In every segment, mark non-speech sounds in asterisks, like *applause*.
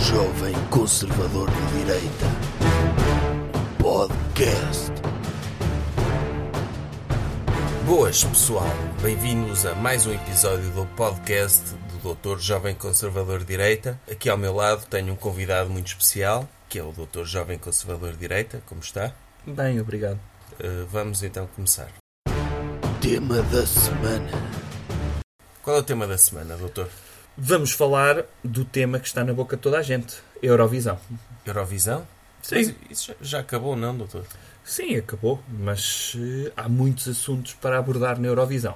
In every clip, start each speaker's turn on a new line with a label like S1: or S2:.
S1: Jovem Conservador de Direita. Podcast.
S2: Boas, pessoal. Bem-vindos a mais um episódio do podcast do Dr. Jovem Conservador de Direita. Aqui ao meu lado tenho um convidado muito especial, que é o Dr. Jovem Conservador de Direita. Como está?
S3: Bem, obrigado.
S2: Uh, vamos então começar.
S1: Tema da semana.
S2: Qual é o tema da semana, doutor?
S3: Vamos falar do tema que está na boca de toda a gente: Eurovisão.
S2: Eurovisão?
S3: Sim.
S2: Mas isso já- já acabou, não, doutor?
S3: Sim, acabou, mas eh, há muitos assuntos para abordar na Eurovisão.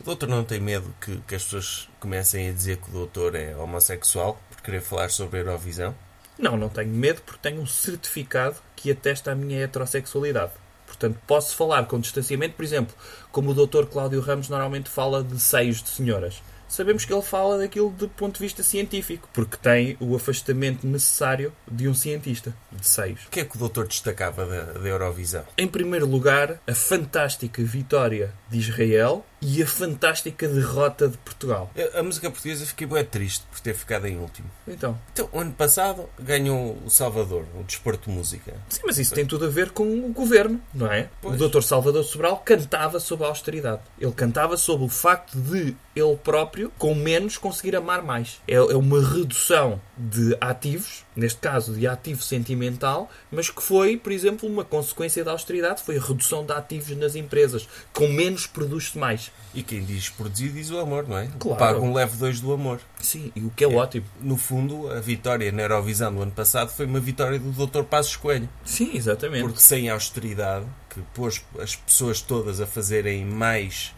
S2: O doutor não tem medo que, que as pessoas comecem a dizer que o doutor é homossexual por querer falar sobre a Eurovisão?
S3: Não, não tenho medo porque tenho um certificado que atesta a minha heterossexualidade. Portanto, posso falar com distanciamento, por exemplo, como o Dr. Cláudio Ramos normalmente fala de seios de senhoras. Sabemos que ele fala daquilo de ponto de vista científico, porque tem o afastamento necessário de um cientista de seios.
S2: O que é que o doutor destacava da, da Eurovisão?
S3: Em primeiro lugar, a fantástica vitória de Israel e a fantástica derrota de Portugal.
S2: Eu- Eh, A música portuguesa fiquei bem triste por ter ficado em último.
S3: Então,
S2: Então, o ano passado ganhou o Salvador, o Desporto de Música.
S3: sim, mas isso tem tudo a ver com o governo, não é?
S2: Pois.
S3: O Dr. Salvador Sobral cantava sobre a austeridade. Ele cantava sobre o facto de ele próprio, com menos, conseguir amar mais. É, é uma redução de ativos, neste caso de ativo sentimental, mas que foi, por exemplo, uma consequência da austeridade, foi a redução de ativos nas empresas. Com menos produz-se mais.
S2: E quem diz produzir diz o amor, não é?
S3: Claro.
S2: Paga um leve dois do amor.
S3: Sim, e o que é. ótimo.
S2: No fundo, a vitória na Eurovisão do ano passado foi uma vitória do Dr. Passos Coelho.
S3: Sim, exatamente.
S2: Porque sem a austeridade, que pôs as pessoas todas a fazerem mais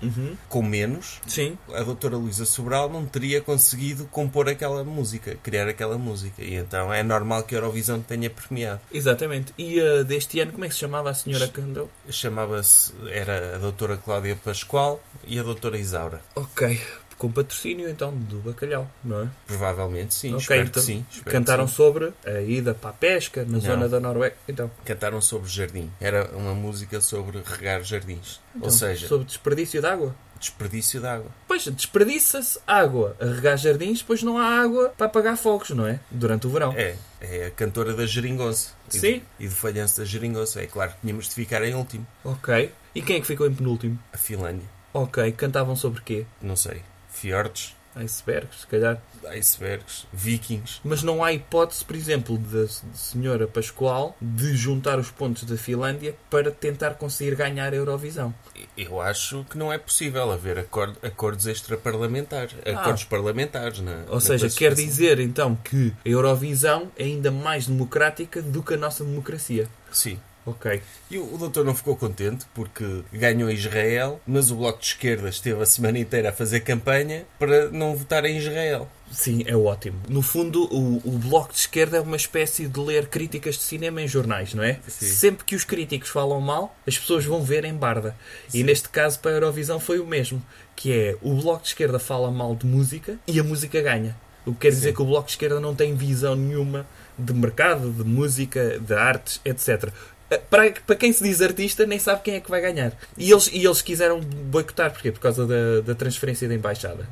S2: com menos,
S3: Sim.
S2: a doutora Luísa Sobral não teria conseguido compor aquela música, criar aquela música. E então é normal que a Eurovisão tenha premiado.
S3: Exatamente. E uh, deste ano, como é que se chamava a senhora que andou?
S2: Chamava-se, era a doutora Cláudia Pascoal e a doutora Isaura.
S3: Ok. Com patrocínio, então, do bacalhau, não é?
S2: Provavelmente sim,
S3: Ok,
S2: espero
S3: então,
S2: que sim. espero que
S3: Cantaram
S2: sim.
S3: sobre a ida para a pesca na zona da Noruega. Então,
S2: Cantaram sobre jardim. Era uma música sobre regar jardins. Ou
S3: então,
S2: seja,
S3: sobre desperdício de água.
S2: desperdício de água.
S3: Pois, desperdiça-se água a regar jardins, pois não há água para apagar fogos, não é? Durante o verão.
S2: É, é a cantora da Geringonça. E
S3: Sim.
S2: do- E do falhanço da Geringonça. É claro que tínhamos de ficar em último.
S3: Ok. E quem é que ficou em penúltimo?
S2: A Finlândia.
S3: Ok. Cantavam sobre quê?
S2: Não sei. Fiordes,
S3: Icebergs, se calhar.
S2: icebergs, vikings.
S3: Mas não há hipótese, por exemplo, da s- de senhora Pascoal de juntar os pontos da Finlândia para tentar conseguir ganhar a Eurovisão.
S2: Eu acho que não é possível haver acor- acordos extraparlamentares.
S3: Ah.
S2: Acordos parlamentares. Na,
S3: Ou
S2: na
S3: seja, quer
S2: classificação.
S3: dizer então que a Eurovisão é ainda mais democrática do que a nossa democracia.
S2: Sim.
S3: Ok.
S2: E o o doutor não ficou contente porque ganhou Israel, mas o Bloco de Esquerda esteve a semana inteira a fazer campanha para não votar em Israel.
S3: Sim, é ótimo. No fundo, o, o Bloco de Esquerda é uma espécie de ler críticas de cinema em jornais, não é?
S2: Sim.
S3: Sempre que os críticos falam mal, as pessoas vão ver em barda. E neste caso, para a Eurovisão, foi o mesmo. Que é, o Bloco de Esquerda fala mal de música e a música ganha. O que quer dizer que o Bloco de Esquerda não tem visão nenhuma de mercado, de música, de artes, etc. Eh, Para, para quem se diz artista, nem sabe quem é que vai ganhar. E eles, e eles quiseram boicotar, porquê? Por causa da, da transferência da embaixada.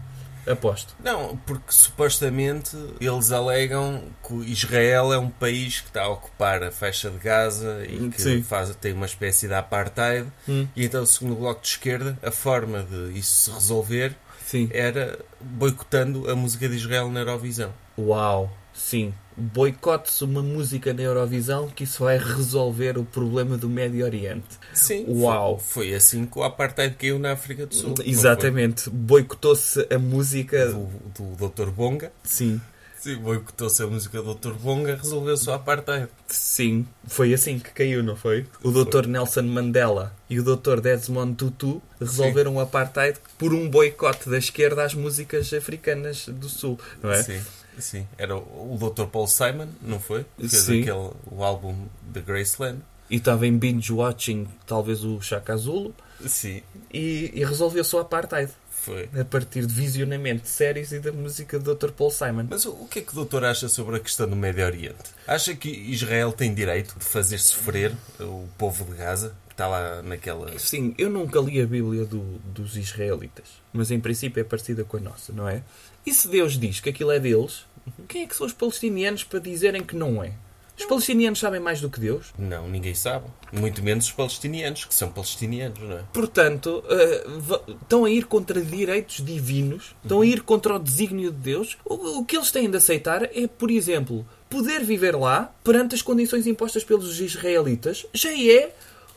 S3: Aposto.
S2: Não, porque supostamente eles alegam que o Israel é um país que está a ocupar a faixa de Gaza e que
S3: Hum, Sim. Hum.
S2: faz, tem uma espécie de apartheid. E então, segundo o Bloco de Esquerda, a forma de isso se resolver
S3: Sim.
S2: era boicotando a música de Israel na Eurovisão.
S3: Uau, sim. Boicote-se uma música na Eurovisão que isso vai resolver o problema do Médio Oriente.
S2: Sim.
S3: Uau.
S2: Foi, foi assim que o apartheid caiu na África do Sul. não foi?
S3: Exatamente. Boicotou-se a música.
S2: do, do Dr. Bonga.
S3: Sim.
S2: Sim, boicotou-se a música do Dr. Bonga, resolveu-se o apartheid.
S3: Sim. Foi assim que caiu, não foi? O Dr. Nelson Mandela e o Dr. Desmond Tutu resolveram o apartheid por um boicote da esquerda às músicas africanas do Sul, não é?
S2: Sim, sim. Era o o Dr. Paul Simon, não foi? Fez
S3: Sim.
S2: aquele, o álbum The Graceland.
S3: E estava em binge-watching, talvez, o Chaka Zulu
S2: Sim,
S3: e, e resolveu-se o apartheid.
S2: foi.
S3: a partir de visionamento de séries e da música do Dr. Paul Simon.
S2: Mas o o que é que o doutor acha sobre a questão do Médio Oriente? Acha que Israel tem direito de fazer sofrer o povo de Gaza, que está lá naquela...
S3: Sim, eu nunca li a Bíblia do- dos israelitas, mas em princípio é parecida com a nossa, não é? E se Deus diz que aquilo é deles, Quem é que são os palestinianos para dizerem que não é? Os palestinianos sabem mais do que Deus?
S2: Não, ninguém sabe. Muito menos os palestinianos, que são palestinianos, não é?
S3: Portanto, eh, va- estão a ir contra direitos divinos,
S2: Uhum.
S3: estão a ir contra o desígnio de Deus. O, o que eles têm de aceitar é, por exemplo, poder viver lá perante as condições impostas pelos israelitas já é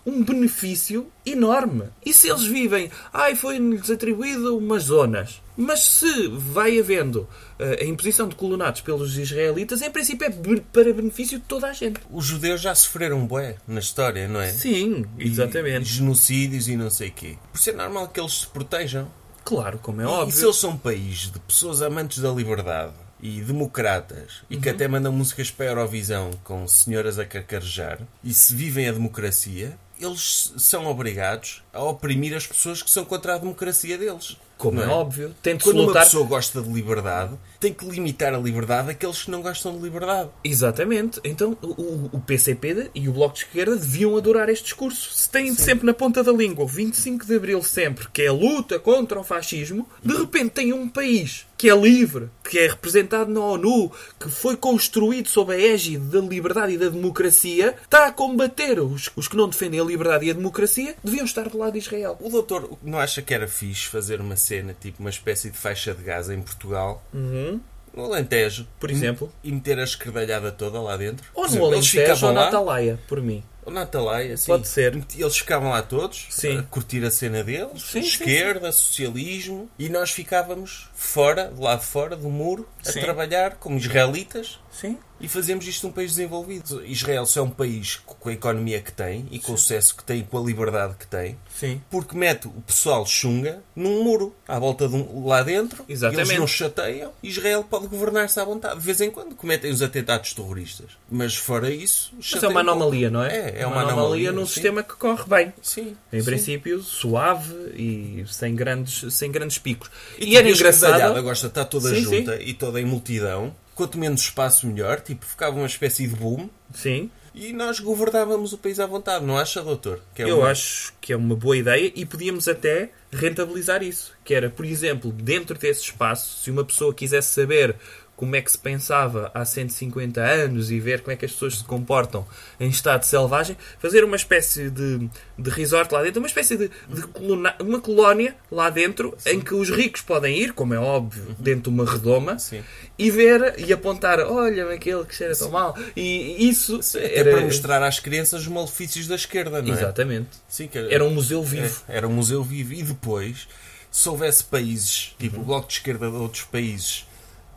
S3: um benefício enorme. E se eles vivem, ai, foi-lhes atribuído umas zonas. Mas se vai havendo eh, a imposição de colonatos pelos israelitas, em princípio é be- para benefício de toda a gente.
S2: Os judeus já sofreram bué na história, não é?
S3: Sim,
S2: E- e genocídios e não sei quê. Por ser normal que eles se protejam.
S3: Claro, como é
S2: E
S3: óbvio.
S2: se eles são um país de pessoas amantes da liberdade e democratas e que
S3: Uhum.
S2: até mandam músicas para a Eurovisão com senhoras a carcarejar e se vivem a democracia, eles são obrigados a oprimir as pessoas que são contra a democracia deles.
S3: Como
S2: não
S3: é óbvio, tem de se
S2: Quando uma
S3: lutar.
S2: pessoa gosta de liberdade, tem que limitar a liberdade àqueles que não gostam de liberdade.
S3: Exatamente. Então o- o, o PCP de- e o Bloco de Esquerda deviam adorar este discurso. Se têm sempre na ponta da língua o 25 de Abril sempre, que é a luta contra o fascismo,
S2: Uhum.
S3: de repente têm um país que é livre, que é representado na ONU, que foi construído sob a égide da liberdade e da democracia, está a combater os, os que não defendem a liberdade e a democracia, deviam estar do lado de Israel.
S2: O doutor não acha que era fixe fazer uma cena, tipo uma espécie de faixa de gás em Portugal? No Alentejo.
S3: Uhum. Por exemplo?
S2: E meter a esquerdalhada toda lá dentro? Por
S3: Ou no
S2: exemplo, eles
S3: Alentejo
S2: ficavam
S3: ou na
S2: lá-
S3: Atalaia, por mim.
S2: Ou na Atalaia, sim.
S3: Pode ser.
S2: Eles ficavam lá todos
S3: Sim.
S2: a curtir a cena deles.
S3: Sim, sim,
S2: esquerda, socialismo. E nós ficávamos fora, do lado de fora do muro, a
S3: Sim.
S2: trabalhar como israelitas.
S3: Sim.
S2: E fazemos isto num país desenvolvido. Israel só é um país com a economia que tem e com o sucesso que tem e com a liberdade que tem.
S3: Sim.
S2: Porque mete o pessoal chunga num muro, à volta de um, lá dentro,
S3: Exatamente.
S2: eles não chateiam, Israel pode governar-se à vontade. De vez em quando cometem os atentados terroristas. Mas fora isso,
S3: Mas é
S2: chateiam
S3: uma
S2: pouco.
S3: anomalia, não é?
S2: É, é uma anomalia,
S3: num
S2: sim.
S3: sistema que corre bem.
S2: Sim.
S3: Em
S2: sim.
S3: princípio, suave e sem grandes, sem grandes picos. E,
S2: E
S3: era
S2: a esquerdalhada
S3: engraçado.
S2: gosta de estar toda
S3: Sim,
S2: junta e toda em multidão. Quanto menos espaço, melhor. Tipo, ficava uma espécie de boom.
S3: Sim,
S2: E nós governávamos o país à vontade, não acha, doutor? Que é
S3: eu
S2: uma-
S3: acho que é uma boa ideia e podíamos até rentabilizar isso. Que era, por exemplo, dentro desse espaço, se uma pessoa quisesse saber como é que se pensava há 150 anos e ver como é que as pessoas se comportam em estado selvagem, fazer uma espécie de, de resort lá dentro, uma espécie de, de colona- uma colónia lá dentro em que os ricos podem ir, como é óbvio, dentro de uma redoma
S2: Uhum. Sim.
S3: e ver e apontar, olha aquele que cheira tão mal. E isso
S2: É para mostrar às crianças os malefícios da esquerda, não é?
S3: Exatamente.
S2: Sim, que era...
S3: Era um museu vivo.
S2: É, era um museu vivo. E depois, se houvesse países, tipo
S3: Uhum.
S2: o Bloco de Esquerda de outros países,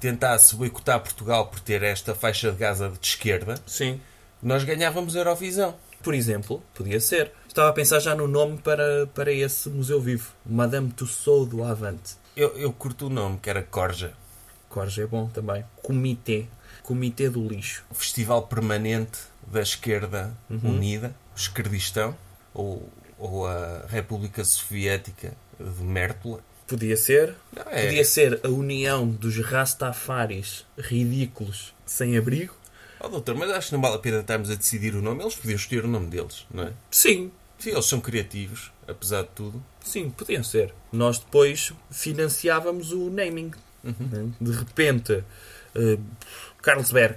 S2: tentasse boicotar Portugal por ter esta faixa de Gaza de esquerda,
S3: Sim.
S2: nós ganhávamos a Eurovisão.
S3: Por exemplo, podia ser. Estava a pensar já no nome para, para esse museu vivo. Madame Tussauds do Avante.
S2: Eu, eu curto o nome, que era Corja.
S3: Corja é bom também. Comitê. Comitê do lixo.
S2: O Festival Permanente da Esquerda
S3: Uhum.
S2: Unida, o Esquerdistão, ou, ou a República Soviética de Mértola.
S3: Podia ser.
S2: Não, é-
S3: Podia ser a união dos rastafaris ridículos sem abrigo.
S2: Oh, doutor, mas acho que não vale a pena estarmos a decidir o nome. Eles podiam escolher o nome deles, não é?
S3: Sim.
S2: Sim, eles são criativos, apesar de tudo.
S3: Sim, podiam ser. Nós depois financiávamos o naming.
S2: Uhum.
S3: Né? De repente, eh, Carlsberg,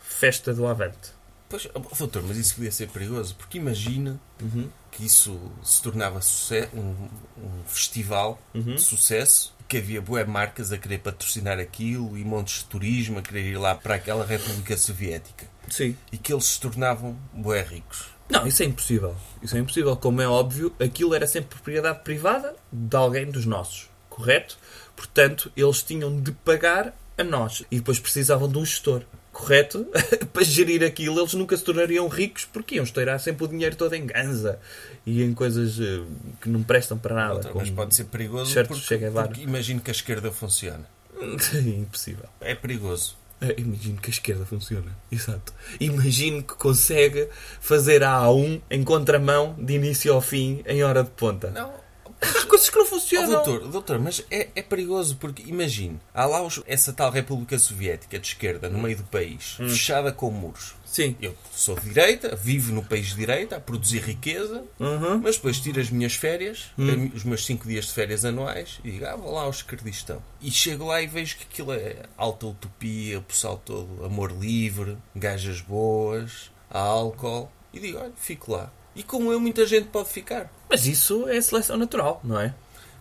S3: festa do Avante.
S2: Pois, oh, doutor, mas isso podia ser perigoso, porque imagina
S3: Uhum.
S2: que isso se tornava suce- um, um festival
S3: Uhum.
S2: de sucesso, que havia boé marcas a querer patrocinar aquilo e montes de turismo a querer ir lá para aquela República Soviética.
S3: Sim.
S2: E que eles se tornavam boé ricos.
S3: Não, isso é impossível. Isso é impossível. Como é óbvio, aquilo era sempre propriedade privada de alguém dos nossos, correto? Portanto, eles tinham de pagar a nós e depois precisavam de um gestor, correto? *laughs* Para gerir aquilo, eles nunca se tornariam ricos porque iam estourar sempre o dinheiro todo em ganza e em coisas eh, que não prestam para nada.
S2: Doutor, mas
S3: como-
S2: pode ser perigoso
S3: certo,
S2: porque,
S3: Che Guevara.
S2: porque imagino que a esquerda funciona.
S3: *laughs* É impossível.
S2: É perigoso.
S3: É, Imagino que a esquerda funciona. Exato. Imagino que um consegue fazer a A1 em contramão, de início ao fim, em hora de ponta.
S2: Não,
S3: Coisas que não
S2: Ó,
S3: funcionam.
S2: doutor, doutor, mas é, é perigoso porque, imagine, há lá os- essa tal República Soviética de esquerda no meio do país,
S3: Hum.
S2: fechada com muros.
S3: Sim.
S2: Eu sou de direita, vivo no país de direita, a produzir riqueza, mas depois tiro as minhas férias, a mi- os meus 5 dias de férias anuais, e digo, ah, vou lá ao esquerdistão. E chego lá e vejo que aquilo é alta utopia, o pessoal todo amor livre, gajas boas, há álcool, e digo, olha, fico lá. E como eu, muita gente pode ficar.
S3: Mas isso é seleção natural, não é?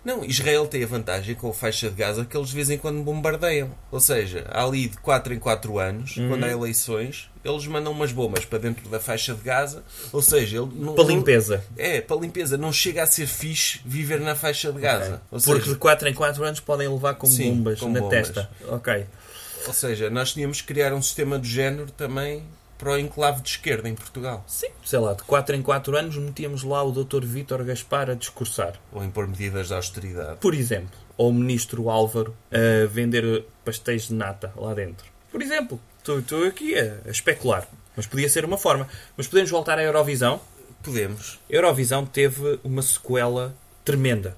S2: Não, Israel tem a vantagem com a faixa de Gaza que eles de vez em quando bombardeiam. Ou seja, há ali de 4 em 4 anos,
S3: Uhum.
S2: quando há eleições, eles mandam umas bombas para dentro da faixa de Gaza. Ou seja, ele não,
S3: Para limpeza.
S2: É, para limpeza. Não chega a ser fixe viver na faixa de Gaza. Ah, Ou,
S3: Porque de
S2: seja,
S3: 4 em 4 anos podem levar com
S2: Sim,
S3: bombas
S2: com
S3: na
S2: bombas.
S3: testa. Ok.
S2: ou seja, nós tínhamos que criar um sistema do género também para o enclave de esquerda em Portugal.
S3: Sim, sei lá, de 4 em 4 anos metíamos lá o Dr. Vítor Gaspar a discursar,
S2: Ou impor medidas de austeridade.
S3: por exemplo, ou o Ministro Álvaro a vender pastéis de nata lá dentro. Por exemplo, estou- estou aqui a, a especular, mas podia ser uma forma. Mas podemos voltar à Eurovisão.
S2: Podemos.
S3: A Eurovisão teve uma sequela tremenda,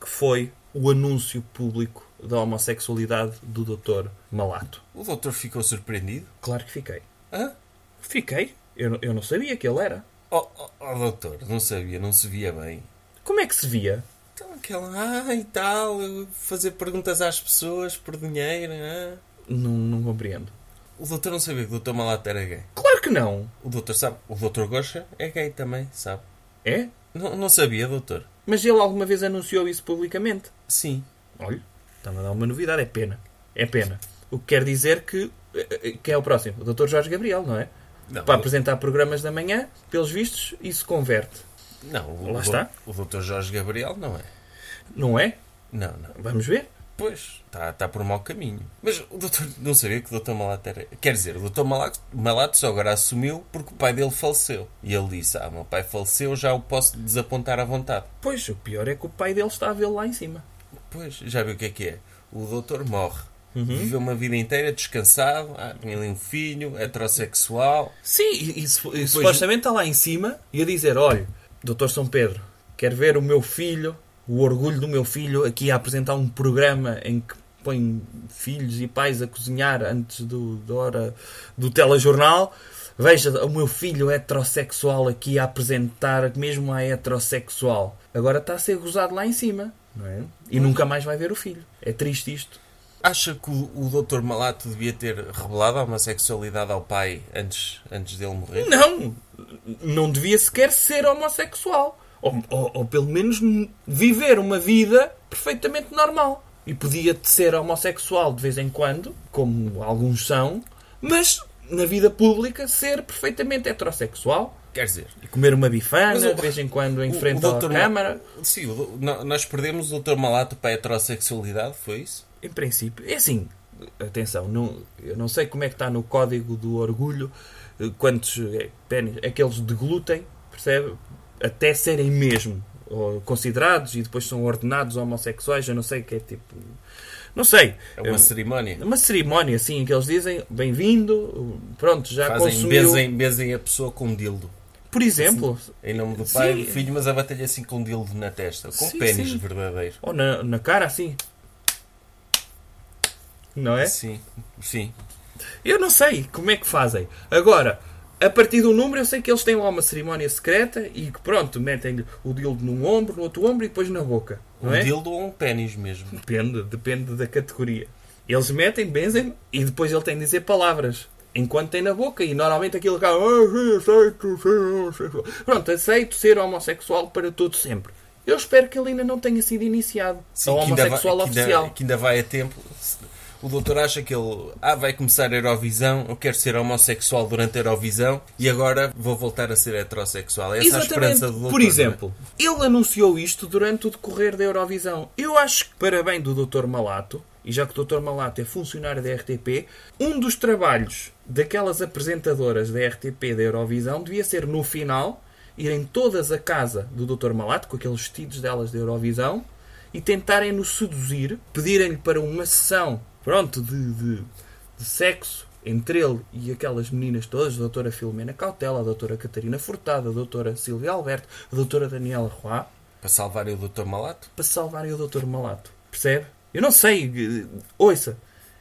S3: que foi o anúncio público da homossexualidade do Dr. Malato.
S2: O doutor ficou surpreendido.
S3: Claro que fiquei.
S2: Hã?
S3: Fiquei? Eu, não- eu não sabia que ele era.
S2: Oh, oh, oh doutor, não sabia, não se via bem.
S3: Como é que se via?
S2: Então, aquela, ah, e tal, eu fazer perguntas às pessoas por dinheiro, ah.
S3: Não, não compreendo.
S2: O doutor não sabia que o doutor Malato era gay.
S3: Claro que não!
S2: O doutor sabe, o doutor Gocha é gay também, sabe?
S3: É?
S2: Não, não sabia, doutor?
S3: Mas ele alguma vez anunciou isso publicamente?
S2: Sim.
S3: Olha, está-me a dar uma novidade, é pena. É pena. O que quer dizer que. eh, eh, Quem é o próximo? O Dr. Jorge Gabriel, não é?
S2: Não,
S3: Para
S2: o-
S3: apresentar programas da manhã, pelos vistos, isso converte.
S2: não o,
S3: Lá
S2: o-
S3: está.
S2: O doutor Jorge Gabriel não é.
S3: Não é?
S2: Não, não.
S3: Vamos ver.
S2: Pois, está tá por um mau caminho. Mas o doutor não sabia que o doutor Malato era... Quer dizer, o doutor Malato, Malato só agora assumiu porque o pai dele faleceu. E ele disse, ah, meu pai faleceu, já o posso desapontar à vontade.
S3: Pois, o pior é que o pai dele está a vê-lo lá em cima.
S2: Pois, já viu o que é que é? O doutor morre.
S3: Uhum.
S2: Viveu uma vida inteira descansado, ah, tinha ali um filho, heterossexual.
S3: Sim, e, e supo- e supostamente está lá em cima e a dizer: olha, Dr. São Pedro, quero ver o meu filho, o orgulho do meu filho, aqui a apresentar um programa em que põe filhos e pais a cozinhar antes do, da hora do telejornal. Veja, o meu filho é heterossexual aqui a apresentar, mesmo a heterossexual. Agora está a ser gozado lá em cima, não é? E nunca mais vai ver o filho. É triste isto.
S2: Acha que o, o doutor Malato devia ter revelado a homossexualidade ao pai antes, antes dele morrer?
S3: Não! Não devia sequer ser homossexual. Ou, ou- ou pelo menos n- viver uma vida perfeitamente normal. E podia ser homossexual de vez em quando, como alguns são, mas na vida pública ser perfeitamente heterossexual.
S2: Quer dizer,
S3: E comer uma bifana
S2: Mas o-
S3: de vez em quando em
S2: o-
S3: frente
S2: o
S3: à
S2: doutor-
S3: câmara.
S2: sim, o do- no- nós perdemos o doutor Malato para a heterossexualidade, foi isso?
S3: Em princípio, é assim, atenção, não, eu não sei como é que está no código do orgulho eh, quantos é, pênis é que eles deglutem, percebe? Até serem mesmo ou considerados e depois são ordenados homossexuais, eu não sei o que é tipo. Não sei.
S2: É uma cerimónia.
S3: É uma cerimónia assim em que eles dizem bem-vindo, pronto, já
S2: Fazem,
S3: consumiu.
S2: bezem, bezem a pessoa com um dildo.
S3: Por exemplo,
S2: Em nome do pai e do
S3: Sim.
S2: filho, mas a batalha assim com um dildo na testa. Com
S3: Sim,
S2: pênis
S3: sim.
S2: verdadeiro.
S3: ou na, na cara assim. Não é?
S2: Sim, sim.
S3: Eu não sei como é que fazem. Agora, a partir do número, eu sei que eles têm lá uma cerimónia secreta e que, pronto, metem-lhe o dildo num ombro, no outro ombro e depois na boca. Não
S2: Um
S3: é?
S2: dildo ou um pênis mesmo.
S3: Depende, depende da categoria. Eles metem, benzem e depois ele tem de dizer palavras. Enquanto tem na boca e normalmente aquilo que há, "Ah, sim, aceito ser homossexual. Pronto, aceito ser homossexual para todo sempre. Eu espero que ele ainda não tenha sido iniciado
S2: Sim,
S3: ao
S2: Então, é que ainda vai-
S3: homossexual
S2: que ainda-
S3: oficial.
S2: que ainda vai a tempo. O doutor acha que ele ah, vai começar a Eurovisão, eu quero ser homossexual durante a Eurovisão e agora vou voltar a ser heterossexual. Essa é a esperança do doutor.
S3: Por
S2: não é?
S3: exemplo, ele anunciou isto durante o decorrer da Eurovisão. Eu acho que, para bem do Dr. Malato, e já que o Dr. Malato é funcionário da RTP, um dos trabalhos daquelas apresentadoras da RTP da Eurovisão devia ser, no final, irem todas à casa do Dr. Malato, com aqueles vestidos delas da Eurovisão, e tentarem-no seduzir, pedirem-lhe para uma sessão, pronto, de- de de sexo entre ele e aquelas meninas todas, a doutora Filomena Cautela, a doutora Catarina Furtado, a doutora Silvia Alberto, a doutora Daniela Roy,
S2: Para salvarem o Dr. Malato?
S3: para salvarem o Dr. Malato. Percebe? Eu não sei. eh, Ouça.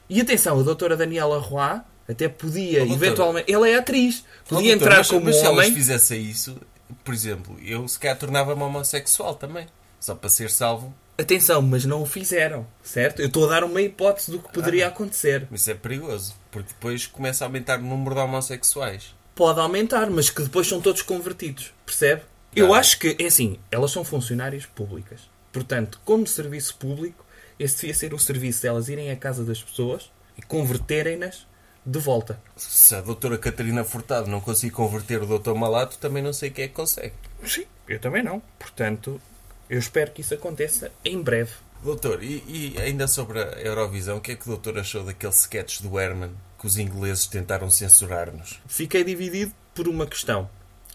S3: E atenção, a doutora Daniela Roy até podia,
S2: Oh, doutora.
S3: eventualmente. Ela é atriz.
S2: Oh,
S3: Podia
S2: doutor,
S3: entrar
S2: mas-
S3: como
S2: mas se elas
S3: homem.
S2: fizessem isso, por exemplo, eu se calhar tornava-me homossexual também. Só para ser salvo.
S3: Atenção, mas não o fizeram, certo? Eu estou a dar uma hipótese do que poderia acontecer.
S2: Mas isso é perigoso. Porque depois começa a aumentar o número de homossexuais.
S3: Pode aumentar, mas que depois são todos convertidos, percebe? Eu acho que, é assim, elas são funcionárias públicas. Portanto, como serviço público, esse devia ser o serviço delas irem à casa das pessoas e converterem-nas de volta.
S2: Se a doutora Catarina Furtado não conseguir converter o Dr. Malato, também não sei quem é que consegue.
S3: Sim, eu também não. Portanto, eu espero que isso aconteça em breve.
S2: Doutor, e, e ainda sobre a Eurovisão, o que é que o doutor achou daquele sketch do Herman que os ingleses tentaram censurar-nos?
S3: Fiquei dividido por uma questão,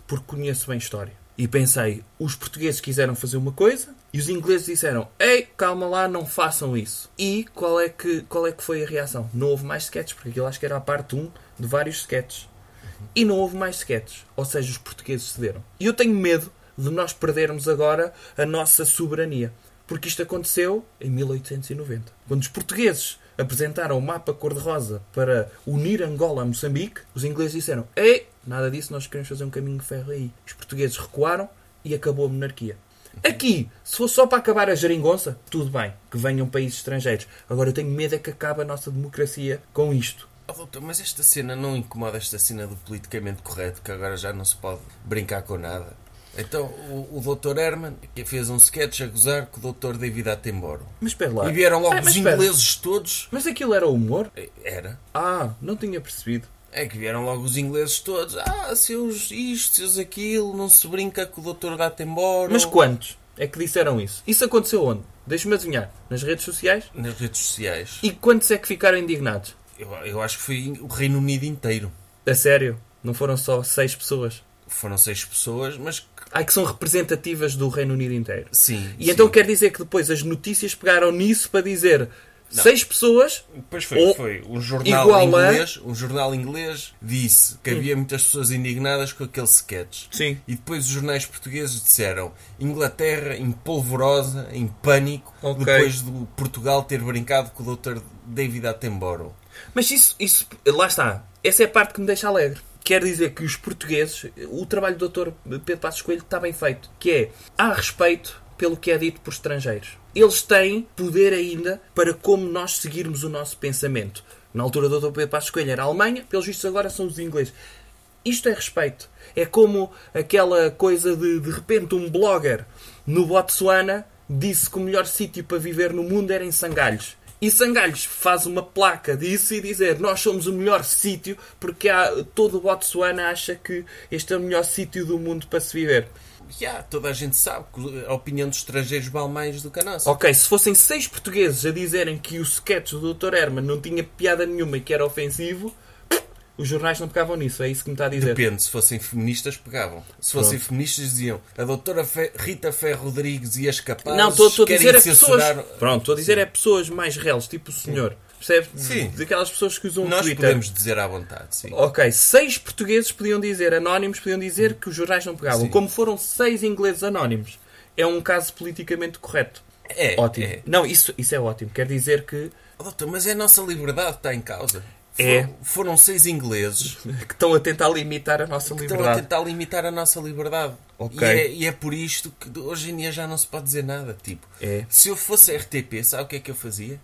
S3: porque conheço bem história. E pensei, os portugueses quiseram fazer uma coisa e os ingleses disseram, ei, calma lá, não façam isso. E qual é que, qual é que foi a reação? Não houve mais sketches, porque aquilo acho que era a parte 1 de vários sketches. E não houve mais sketches, ou seja, os portugueses cederam. E eu tenho medo de nós perdermos agora a nossa soberania, porque isto aconteceu em 1890, quando os portugueses apresentaram o mapa cor-de-rosa para unir Angola a Moçambique, os ingleses disseram: "Ei, nada disso, nós queremos fazer um caminho de ferro aí". Os portugueses recuaram e acabou a monarquia. Aqui, se for só para acabar a geringonça, tudo bem, que venham países estrangeiros. Agora eu tenho medo é que acabe a nossa democracia com isto.
S2: Oh, doutor, mas esta cena não incomoda esta cena do politicamente correto, que agora já não se pode brincar com nada. Então, o, o doutor Herman que fez um sketch a gozar com o doutor David Attenborough.
S3: Mas espera lá.
S2: E vieram logo
S3: Ah, mas
S2: os
S3: espera.
S2: ingleses todos.
S3: Mas aquilo era humor?
S2: Eh, Era.
S3: Ah, não tinha percebido.
S2: É que vieram logo os ingleses todos. Ah, seus isto, seus aquilo, não se brinca com o doutor Attenborough.
S3: Mas quantos é que disseram isso? Isso aconteceu onde? Deixa-me adivinhar. Nas redes sociais?
S2: Nas redes sociais.
S3: E quantos é que ficaram indignados?
S2: Eu, eu acho que foi o Reino Unido inteiro.
S3: A sério? Não foram só seis pessoas?
S2: Foram seis pessoas, mas que-
S3: Ai, que são representativas do Reino Unido inteiro.
S2: sim.
S3: E
S2: sim.
S3: então quer dizer que depois as notícias pegaram nisso para dizer seis pessoas
S2: Depois foi,
S3: Ou-
S2: foi um jornal
S3: igual a-
S2: inglês, um jornal inglês disse que havia muitas pessoas indignadas com aquele sketch.
S3: Sim.
S2: E depois os jornais portugueses disseram Inglaterra em polvorosa, em pânico,
S3: Ok.
S2: depois do Portugal ter brincado com o Dr. David Attenborough.
S3: Mas isso, isso, lá está. Essa é a parte que me deixa alegre. Quer dizer que os portugueses, o trabalho do Dr. Pedro Passos Coelho está bem feito, que é há respeito pelo que é dito por estrangeiros. Eles têm poder ainda para como nós seguirmos o nosso pensamento. Na altura do Dr. Pedro Passos Coelho era a Alemanha, pelos vistos agora são os ingleses. Isto é respeito. É como aquela coisa de de repente um blogger no Botsuana disse que o melhor sítio para viver no mundo era em Sangalhos. E Sangalhos faz uma placa disso e dizer nós somos o melhor sítio porque há, todo o Botsuana acha que este é o melhor sítio do mundo para se viver.
S2: Já, toda a gente sabe que a opinião dos estrangeiros vale mais do que a nossa.
S3: Ok, se fossem seis portugueses a dizerem que o sketch do Dr. Herman não tinha piada nenhuma e que era ofensivo, os jornais não pegavam nisso. É isso que me está a dizer.
S2: Depende, se fossem feministas, pegavam. Se fossem feministas, diziam a doutora Fe- Rita Ferro Rodrigues e as capazes
S3: Não, estou a
S2: querem
S3: dizer é pessoas.
S2: censurar...
S3: Pronto, estou a dizer é pessoas mais reles, tipo o senhor. Percebe?
S2: Sim.
S3: Daquelas pessoas que usam o
S2: Nós
S3: Twitter.
S2: podemos dizer à vontade, sim.
S3: Ok, seis portugueses podiam dizer, anónimos podiam dizer que os jornais não pegavam.
S2: Sim.
S3: Como foram seis ingleses anónimos. É um caso politicamente correto.
S2: É,
S3: Ótimo.
S2: é.
S3: Não, isso, isso é ótimo. Quer dizer que,
S2: Oh, doutor, mas é a nossa liberdade que está em causa.
S3: É.
S2: Foram, foram seis ingleses
S3: que estão a tentar limitar a nossa
S2: que estão a
S3: liberdade.
S2: tentar limitar a nossa liberdade.
S3: É Ok.
S2: E, é, e é por isto que hoje em dia já não se pode dizer nada. Tipo,
S3: É. Uhum.
S2: se eu fosse RTP, sabe o que é que eu fazia?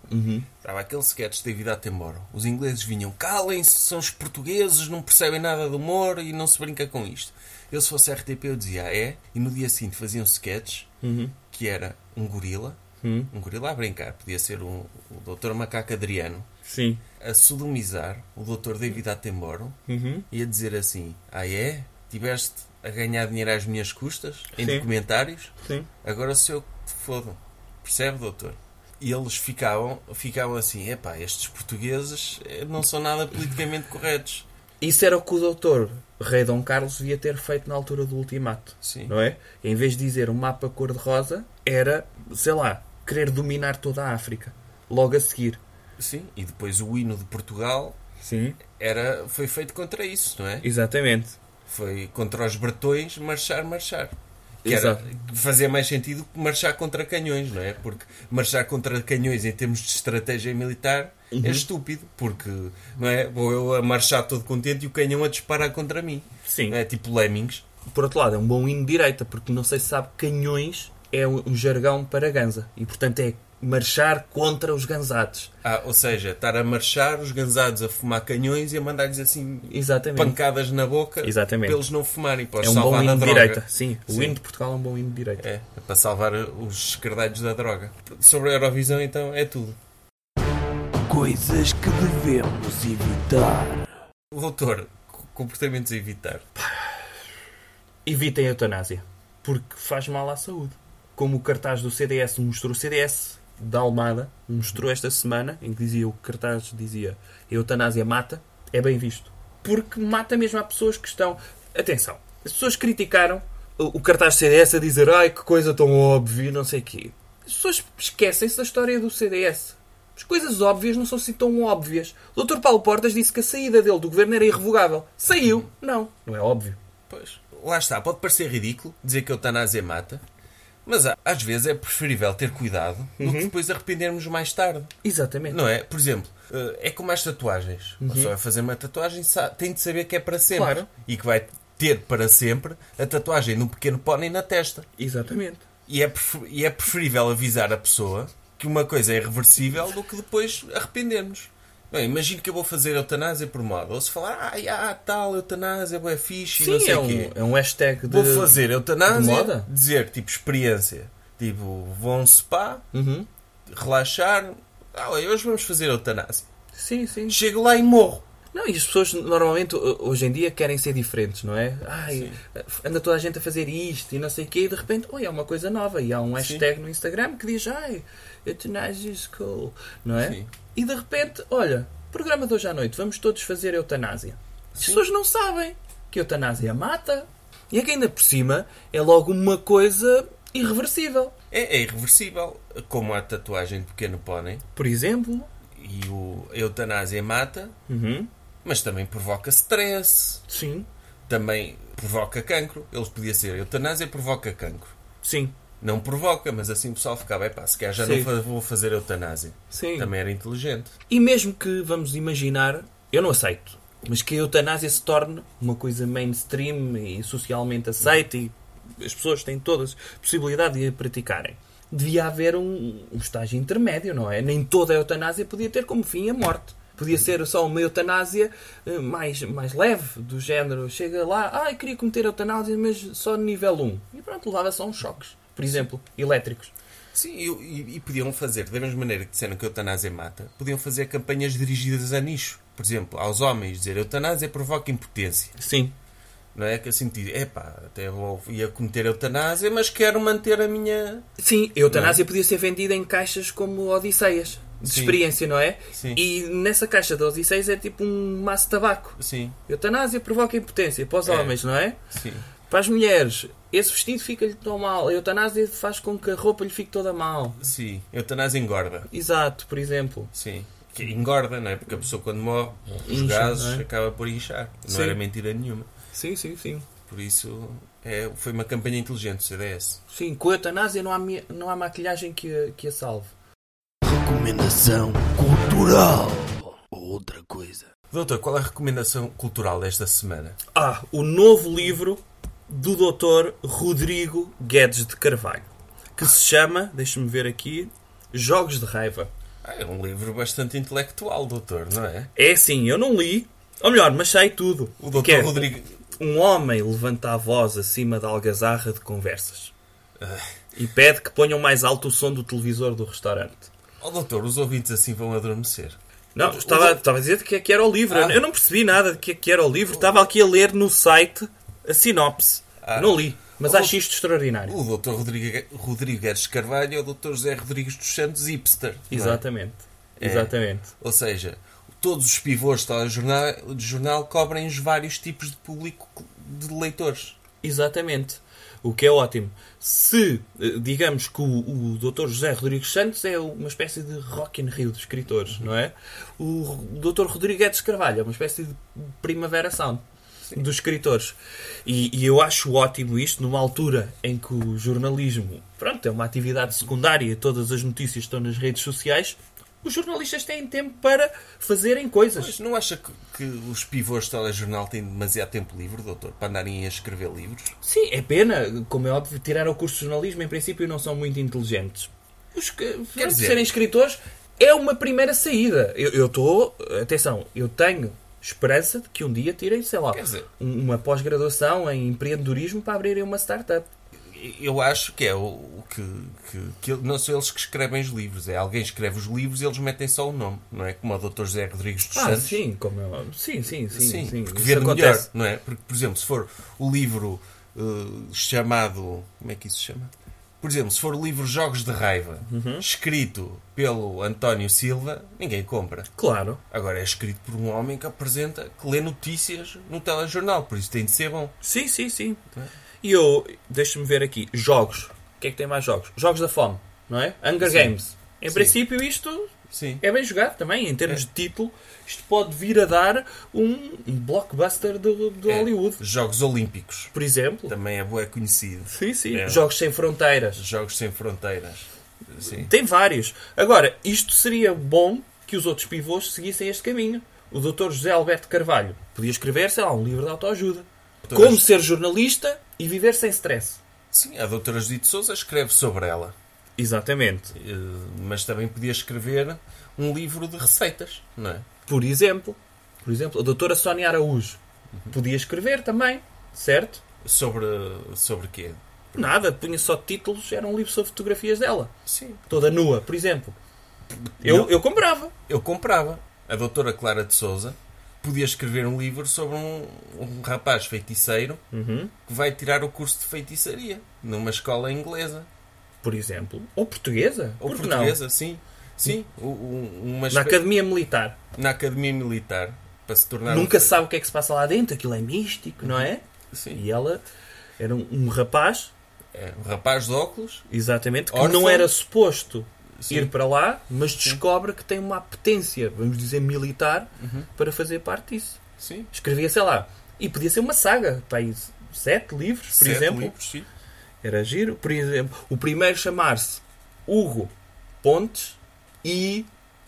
S2: Estava aquele sketch de David Attenborough. Os ingleses vinham, calem-se, são os portugueses, não percebem nada do humor e não se brinca com isto. Eu se fosse RTP eu dizia, "Ah, é? E no dia seguinte fazia um sketch
S3: Uhum.
S2: que era um gorila, um gorila a brincar, podia ser um, o Dr. Macaco Adriano,
S3: Sim.
S2: a sodomizar o Dr. David Attenborough
S3: Uhum,
S2: e a dizer assim: Ah, é? Tiveste a ganhar dinheiro às minhas custas em
S3: Sim.
S2: documentários?
S3: Sim.
S2: Agora sou eu que te fodo. Percebe, doutor? E eles ficavam, ficavam assim: Epá, estes portugueses eh, não são nada politicamente corretos.
S3: Isso era o que o doutor Rei Dom Carlos devia ter feito na altura do ultimato.
S2: Sim.
S3: Não é? Em vez de dizer um mapa cor-de-rosa, era, sei lá, querer dominar toda a África. Logo a seguir.
S2: Sim. E depois o hino de Portugal
S3: Sim.
S2: era, foi feito contra isso, não é?
S3: Exatamente.
S2: Foi contra os bretões marchar, marchar. Que era
S3: Exato.
S2: fazer mais sentido que marchar contra canhões, não é? Porque marchar contra canhões em termos de estratégia militar
S3: Uhum.
S2: é estúpido, porque não é? vou eu a marchar todo contente e o canhão a disparar contra mim.
S3: Sim.
S2: É tipo lemmings.
S3: Por outro lado, é um bom hino de direita, porque não sei se sabe, canhões é um um jargão para ganza. E portanto é marchar contra os ganzados.
S2: Ah, ou seja, estar a marchar, os gansados a fumar canhões e a mandar-lhes assim
S3: Exatamente.
S2: pancadas na boca
S3: Exatamente.
S2: para eles não fumarem. Para os
S3: É um
S2: salvar
S3: bom
S2: da
S3: hino de
S2: droga.
S3: direita. Sim, o
S2: Sim.
S3: hino de Portugal é um bom hino de direita.
S2: É, para salvar os escardados da droga. Sobre a Eurovisão, então, é tudo.
S1: Coisas que devemos evitar.
S2: Doutor, co- comportamentos a evitar.
S3: Evitem a eutanásia, porque faz mal à saúde. Como o cartaz do CDS mostrou, o CDS da Almada mostrou esta semana, em que dizia o cartaz dizia "A eutanásia mata, é bem visto. Porque mata mesmo a pessoas que estão. Atenção, as pessoas criticaram o o cartaz do CDS a dizer ai que coisa tão óbvia, não sei o quê. As pessoas esquecem-se da história do CDS. As coisas óbvias não são assim tão óbvias. O Dr. Paulo Portas disse que a saída dele do governo era irrevogável. Saiu? Não. Não é óbvio.
S2: Pois, lá está, pode parecer ridículo dizer que a eutanásia mata, mas a- às vezes é preferível ter cuidado do que depois arrependermos mais tarde.
S3: Exatamente.
S2: Não é? Por exemplo, eh, é como as tatuagens. A pessoa vai fazer uma tatuagem sa- tem de saber que é para sempre.
S3: Claro.
S2: E que vai ter para sempre a tatuagem num pequeno pônei na testa.
S3: Exatamente.
S2: E é, prefer- e é preferível avisar a pessoa que uma coisa é irreversível do que depois arrependermos. Bem, imagino que eu vou fazer eutanásia por moda. Ou se falar, ai, ah, tal, eutanásia, boa fixe, e não
S3: Sim,
S2: sei
S3: é
S2: o quê.
S3: um, é um hashtag de.
S2: Vou fazer
S3: de
S2: eutanásia,
S3: moda?
S2: dizer, tipo, experiência. Tipo, vão spa,
S3: Uhum.
S2: relaxar. Ah, olha, hoje vamos fazer eutanásia.
S3: Sim, sim.
S2: Chego lá e morro.
S3: Não, e as pessoas normalmente ho- hoje em dia querem ser diferentes, não é? Ai, anda toda a gente a fazer isto e não sei o quê, e de repente, oi, é uma coisa nova. E há um hashtag no Instagram que diz, ai, eutanásia is cool, não é?
S2: Sim.
S3: E de repente, olha, programa de hoje à noite, vamos todos fazer eutanásia. As pessoas não sabem que eutanásia mata. E é que ainda por cima é logo uma coisa irreversível.
S2: É, é irreversível, como a tatuagem de pequeno pônei.
S3: Por exemplo,
S2: E o a eutanásia mata,
S3: uhum,
S2: mas também provoca stress.
S3: sim,
S2: também provoca cancro. Eles podia ser eutanásia provoca cancro.
S3: sim,
S2: Não provoca, mas assim o pessoal ficava, é pá, se calhar já
S3: Sim.
S2: não fa- vou fazer eutanásia.
S3: sim.
S2: Também era inteligente.
S3: E mesmo que vamos imaginar, eu não aceito, mas que a eutanásia se torne uma coisa mainstream e socialmente aceita e as pessoas têm todas a possibilidade de a praticarem. Devia haver um, um estágio intermédio, não é? Nem toda a eutanásia podia ter como fim a morte. Podia ser só uma eutanásia eh, mais, mais leve, do género chega lá, ah, eu queria cometer eutanásia, mas só no nível 1. E pronto, levava só uns choques, por exemplo, elétricos.
S2: Sim, e, e- e podiam fazer, da mesma maneira que disseram que eutanásia mata, podiam fazer campanhas dirigidas a nicho. Por exemplo, aos homens, dizer eutanásia provoca impotência.
S3: Sim,
S2: Não é que assim é pá, até vou, ia cometer eutanásia, mas quero manter a minha.
S3: Sim, a eutanásia podia ser vendida em caixas como Odisseias, de
S2: Sim.
S3: experiência, não é?
S2: Sim.
S3: E nessa caixa de Odisseias é tipo um maço de tabaco.
S2: Sim,
S3: Eutanásia provoca impotência para os
S2: É.
S3: homens, não é?
S2: sim.
S3: Para as mulheres, esse vestido fica-lhe tão mal. A eutanásia faz com que a roupa lhe fique toda mal.
S2: Sim. Eutanásia engorda.
S3: Exato, por exemplo.
S2: Sim. Que engorda, não é? Porque a pessoa quando morre, os
S3: Incha,
S2: gases
S3: não é?
S2: acaba por inchar. Não
S3: Sim.
S2: era mentira nenhuma.
S3: Sim, sim, sim.
S2: Por isso, é, foi uma campanha inteligente do CDS.
S3: Sim, com a eutanásia não há, mi- não há maquilhagem que a, que a salve.
S1: Recomendação cultural. Outra coisa.
S2: Doutor, qual é a recomendação cultural desta semana?
S3: Ah, o novo livro do Dr. Rodrigo Guedes de Carvalho, que se chama, deixa-me ver aqui, Jogos de Raiva.
S2: Ah, é um livro bastante intelectual, doutor, não é?
S3: É assim, eu não li, ou melhor, mas sei tudo.
S2: O doutor
S3: Que é,
S2: Rodrigo...
S3: Um homem levanta a voz acima da algazarra de conversas
S2: Ah.
S3: e pede que ponham mais alto o som do televisor do restaurante.
S2: Oh, doutor, os ouvintes assim vão adormecer.
S3: Não, estava, estava a dizer de que é que era o livro.
S2: Ah.
S3: Eu não percebi nada de que é que era o livro. Estava aqui a ler no site a sinopse.
S2: Ah.
S3: Não li, mas
S2: Oh,
S3: acho isto extraordinário.
S2: O doutor Rodrigo, Rodrigo Guedes Carvalho é o doutor José Rodrigues dos Santos hipster. não é?
S3: Exatamente. Exatamente.
S2: Ou seja, todos os pivôs de telejornal de jornal cobrem os vários tipos de público de leitores.
S3: Exatamente. O que é ótimo. Se, eh, digamos que o, o Dr. José Rodrigues Santos é uma espécie de Rock in Rio de
S2: Uhum.
S3: escritores, não é? O Dr. Rodrigues Carvalho é uma espécie de Primavera Sound. dos escritores. E, e eu acho ótimo isto numa altura em que o jornalismo pronto, é uma atividade secundária, todas as notícias estão nas redes sociais. Os jornalistas têm tempo para fazerem coisas.
S2: Mas não acha que, que os pivôs de telejornal têm demasiado tempo livre, doutor, para andarem a escrever livros?
S3: Sim, é pena, como é óbvio, tiraram o curso de jornalismo, em princípio não são muito inteligentes. Os que pronto,
S2: dizer-
S3: serem escritores é uma primeira saída. Eu estou, atenção, eu tenho esperança de que um dia tirem, sei lá,
S2: Quer dizer-
S3: um- uma pós-graduação em empreendedorismo para abrirem uma startup.
S2: Eu acho que é o, o que, que- que ele- não são eles que escrevem os livros, é alguém escreve os livros e eles metem só o nome, não é? Como o Dr. José Rodrigues dos
S3: Ah,
S2: Santos.
S3: sim, como é óbvio. Sim, sim, sim.
S2: Sim,
S3: sim.
S2: porque
S3: Isso
S2: vende melhor,
S3: acontece.
S2: não é? Porque, por exemplo, se for o livro eh, chamado. Como é que isso se chama? Por exemplo, se for o livro Jogos de Raiva,
S3: Uhum.
S2: escrito pelo António Silva, ninguém compra.
S3: Claro.
S2: Agora é escrito por um homem que apresenta, que lê notícias no telejornal, por isso tem de ser bom.
S3: Sim, sim, sim.
S2: Tá.
S3: E eu, deixa-me ver aqui, jogos. O que é que tem mais jogos? Jogos da fome, não é? Hunger
S2: Sim.
S3: Games. Em
S2: Sim.
S3: princípio isto
S2: Sim.
S3: é bem jogado também, em termos de título. Isto pode vir a dar um um blockbuster do, do
S2: É.
S3: Hollywood,
S2: Jogos Olímpicos,
S3: por exemplo.
S2: também é bué conhecido.
S3: Sim, sim.
S2: É.
S3: Jogos sem fronteiras.
S2: Jogos Sem Fronteiras. Sim.
S3: Tem vários. Agora, isto seria bom que os outros pivôs seguissem este caminho. O Dr. José Alberto Carvalho podia escrever, sei lá, um livro de autoajuda.
S2: Doutor-
S3: Como ser jornalista e viver sem stress.
S2: Sim, a doutora Judite Souza escreve sobre ela,
S3: Exatamente.
S2: eh, mas também podia escrever um livro de receitas, não é?
S3: Por exemplo, por exemplo, a doutora Sónia Araújo
S2: Uhum.
S3: podia escrever também, certo?
S2: Sobre, sobre quê?
S3: Nada, punha só títulos, era um livro sobre fotografias dela.
S2: Sim.
S3: Toda nua, por exemplo. Eu,
S2: Não.
S3: eu comprava.
S2: Eu comprava. A doutora Clara de Souza podia escrever um livro sobre um, um rapaz feiticeiro
S3: Uhum.
S2: que vai tirar o curso de feitiçaria numa escola inglesa.
S3: Por exemplo. Ou portuguesa.
S2: Ou
S3: por que
S2: portuguesa, sim. Sim, u- u- uma
S3: não? Na
S2: espe-
S3: academia militar.
S2: na academia militar. Para se tornar um-
S3: Nunca se sabe o que é que se passa lá dentro, aquilo é místico, não é?
S2: Sim.
S3: E ela era um, um rapaz,
S2: É, um rapaz de óculos.
S3: exatamente, que
S2: Órfão.
S3: não era suposto
S2: Sim.
S3: ir para lá, mas descobre que tem uma apetência, vamos dizer, militar,
S2: Uhum.
S3: para fazer parte disso.
S2: Sim.
S3: Escrevia, sei lá, e podia ser uma saga, pá, aí sete livros, por
S2: Sete
S3: exemplo.
S2: livros, sim.
S3: Era giro, por exemplo. O primeiro chamar-se Hugo Pontes e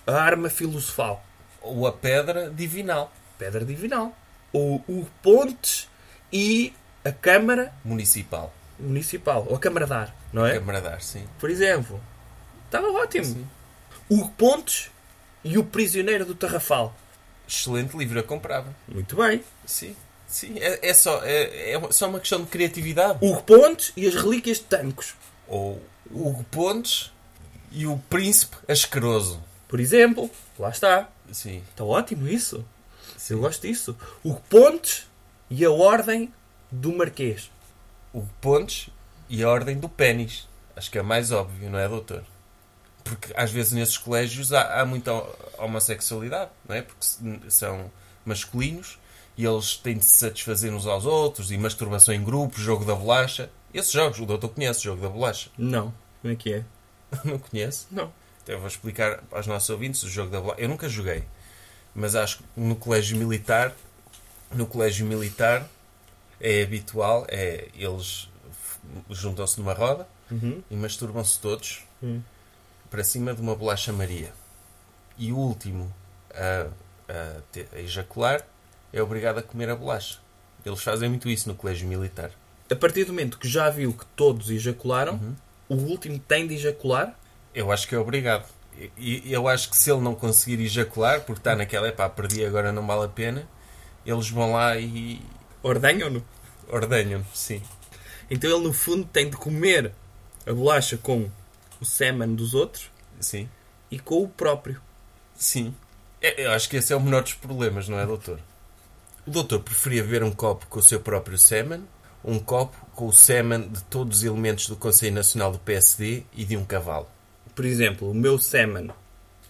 S3: a Arma Filosofal.
S2: Ou a pedra divinal.
S3: Pedra Divinal. O Hugo Pontes e a Câmara
S2: Municipal.
S3: Municipal, ou a Câmara de Ar, não é?
S2: Câmara de Ar, sim.
S3: Por exemplo. Estava ótimo.
S2: Sim.
S3: Hugo Pontes e o Prisioneiro do Tarrafal.
S2: Excelente livro, eu comprava.
S3: Muito bem.
S2: Sim. Sim, é, é só, é, é só uma questão de criatividade.
S3: Hugo Pontes e as Relíquias de Tancos.
S2: Ou Hugo Pontes e o Príncipe Asqueroso.
S3: Por exemplo. Lá está.
S2: Sim.
S3: Está Tá ótimo isso. Eu gosto disso. O Pontes e a Ordem do Marquês.
S2: Hugo Pontes e a Ordem do Pênis. Acho que é mais óbvio, não é, doutor? Porque às vezes nesses colégios há, há muita ho- homossexualidade, não é? Porque se- são masculinos e eles têm de se satisfazer uns aos outros e masturbação em grupo, jogo da bolacha. Esses jogos, o doutor conhece o jogo da bolacha? *laughs*
S3: Não. Como é que é?
S2: Não conhece?
S3: Não.
S2: Então eu vou explicar aos nossos ouvintes o jogo da bola. Eu nunca joguei, mas acho que no colégio militar, no colégio militar é habitual, é eles f- juntam-se numa roda e masturbam-se todos para cima de uma bolacha Maria. E o último a, a te- a ejacular é obrigado a comer a bolacha. Eles fazem muito isso no colégio militar.
S3: A partir do momento que já viu que todos ejacularam, o último tem de ejacular.
S2: Eu acho que é obrigado. E- E eu acho que se ele não conseguir ejacular, porque está naquela, epá, perdi agora, não vale a pena, eles vão lá e
S3: Ordenham-no.
S2: ordenham-me, sim.
S3: Então ele, no fundo, tem de comer a bolacha com o sêmen dos outros
S2: Sim.
S3: e com o próprio.
S2: Sim. É- Eu acho que esse é o menor dos problemas, não é, doutor? O doutor preferia beber um copo com o seu próprio sêmen, um copo com o sêmen de todos os elementos do Conselho Nacional do PSD e de um cavalo.
S3: Por exemplo, o meu sêmen,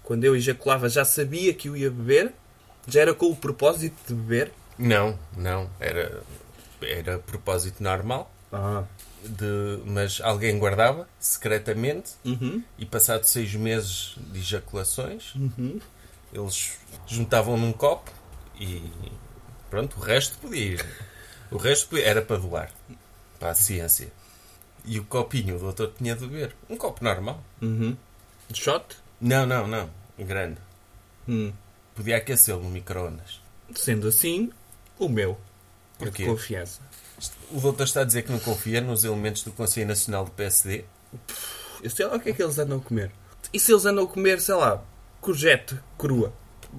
S3: quando eu ejaculava, já sabia que o ia beber, já era com o propósito de beber.
S2: Não, não. Era, era propósito normal.
S3: Ah.
S2: de- mas alguém guardava secretamente e passado seis meses de ejaculações eles juntavam num copo e Pronto, o resto podia ir. O resto podia- era para doar. Para a ciência. E o copinho o doutor tinha de beber. Um copo normal.
S3: Uhum. Shot?
S2: Não, não, não. Grande.
S3: Hum.
S2: Podia aquecê-lo no micro-ondas.
S3: Sendo assim, o meu. É de
S2: Porquê?
S3: confiança.
S2: O doutor está a dizer que não confia nos elementos do Conselho Nacional do PSD.
S3: Eu sei lá o que é que eles andam a comer. E se eles andam a comer, sei lá, cojete crua?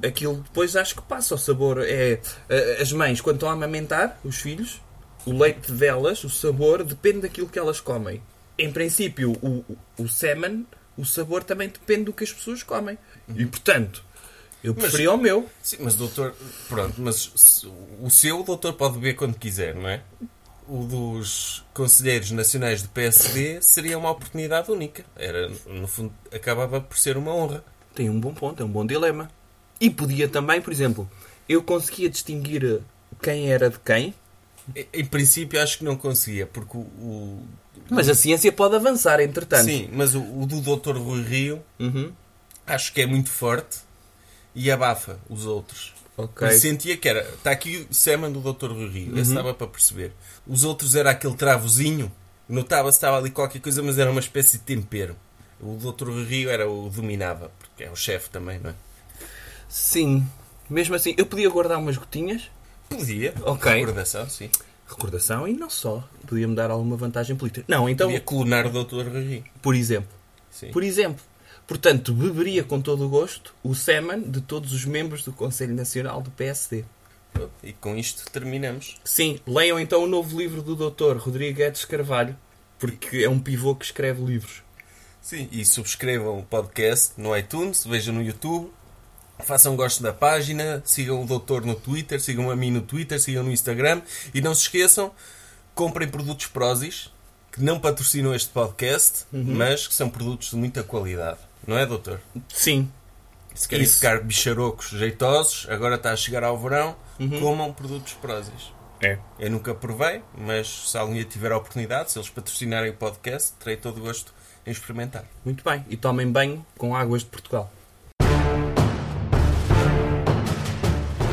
S3: Aquilo depois acho que passa o sabor. É, a- as mães, quando estão a amamentar os filhos, o leite delas, o sabor, depende daquilo que elas comem. Em princípio, o, o, o sêmen, o sabor também depende do que as pessoas comem. E portanto, eu
S2: Mas-
S3: preferia o meu.
S2: Sim, mas o doutor. Pronto, mas se- o seu o doutor pode beber quando quiser, não é? O dos conselheiros nacionais do PSD seria uma oportunidade única. Era, no fundo, acabava por ser uma honra.
S3: Tem um bom ponto, é um bom dilema. E podia também, por exemplo, eu conseguia distinguir eh, quem era de quem,
S2: Em- Em princípio, acho que não conseguia, porque o. o-
S3: mas a ciência pode avançar, entretanto.
S2: sim, mas o, o do doutor Rui Rio
S3: Uhum.
S2: acho que é muito forte e abafa os outros.
S3: Ok. Uhum.
S2: E sentia que era. Está aqui o Seman do Dr. Rui Rio. Esse estava para perceber. Os outros era aquele travozinho. Notava-se estava ali qualquer coisa, mas era uma espécie de tempero. O Dr. Rui Rio era o dominava, porque é o chefe também, não é?
S3: Sim. Mesmo assim, eu podia guardar umas gotinhas,
S2: Podia.
S3: Ok. Então-
S2: Recordação, sim.
S3: recordação e não só. Podia-me dar alguma vantagem política. Não, então,
S2: Podia clonar o Dr. Rui Rio.
S3: por exemplo.
S2: Sim.
S3: Por exemplo. Portanto, beberia com todo o gosto o semen de todos os membros do Conselho Nacional do PSD.
S2: Pronto. E com isto terminamos.
S3: Sim, leiam então o novo livro do Dr. Rodrigo Guedes Carvalho, porque é um pivô que escreve livros.
S2: Sim. E subscrevam o podcast no iTunes, vejam no YouTube. Façam gosto da página, sigam o doutor no Twitter, sigam a mim no Twitter, sigam no Instagram e não se esqueçam, comprem produtos Prozis que não patrocinam este podcast,
S3: Uhum.
S2: mas que são produtos de muita qualidade. Não é, doutor?
S3: Sim,
S2: Se querem
S3: Isso.
S2: ficar bicharocos jeitosos, agora está a chegar ao verão, comam produtos Prozis.
S3: Uhum. é.
S2: Eu nunca provei, mas se alguém tiver a oportunidade, se eles patrocinarem o podcast, terei todo o gosto em experimentar.
S3: Muito bem. E tomem banho com águas de Portugal.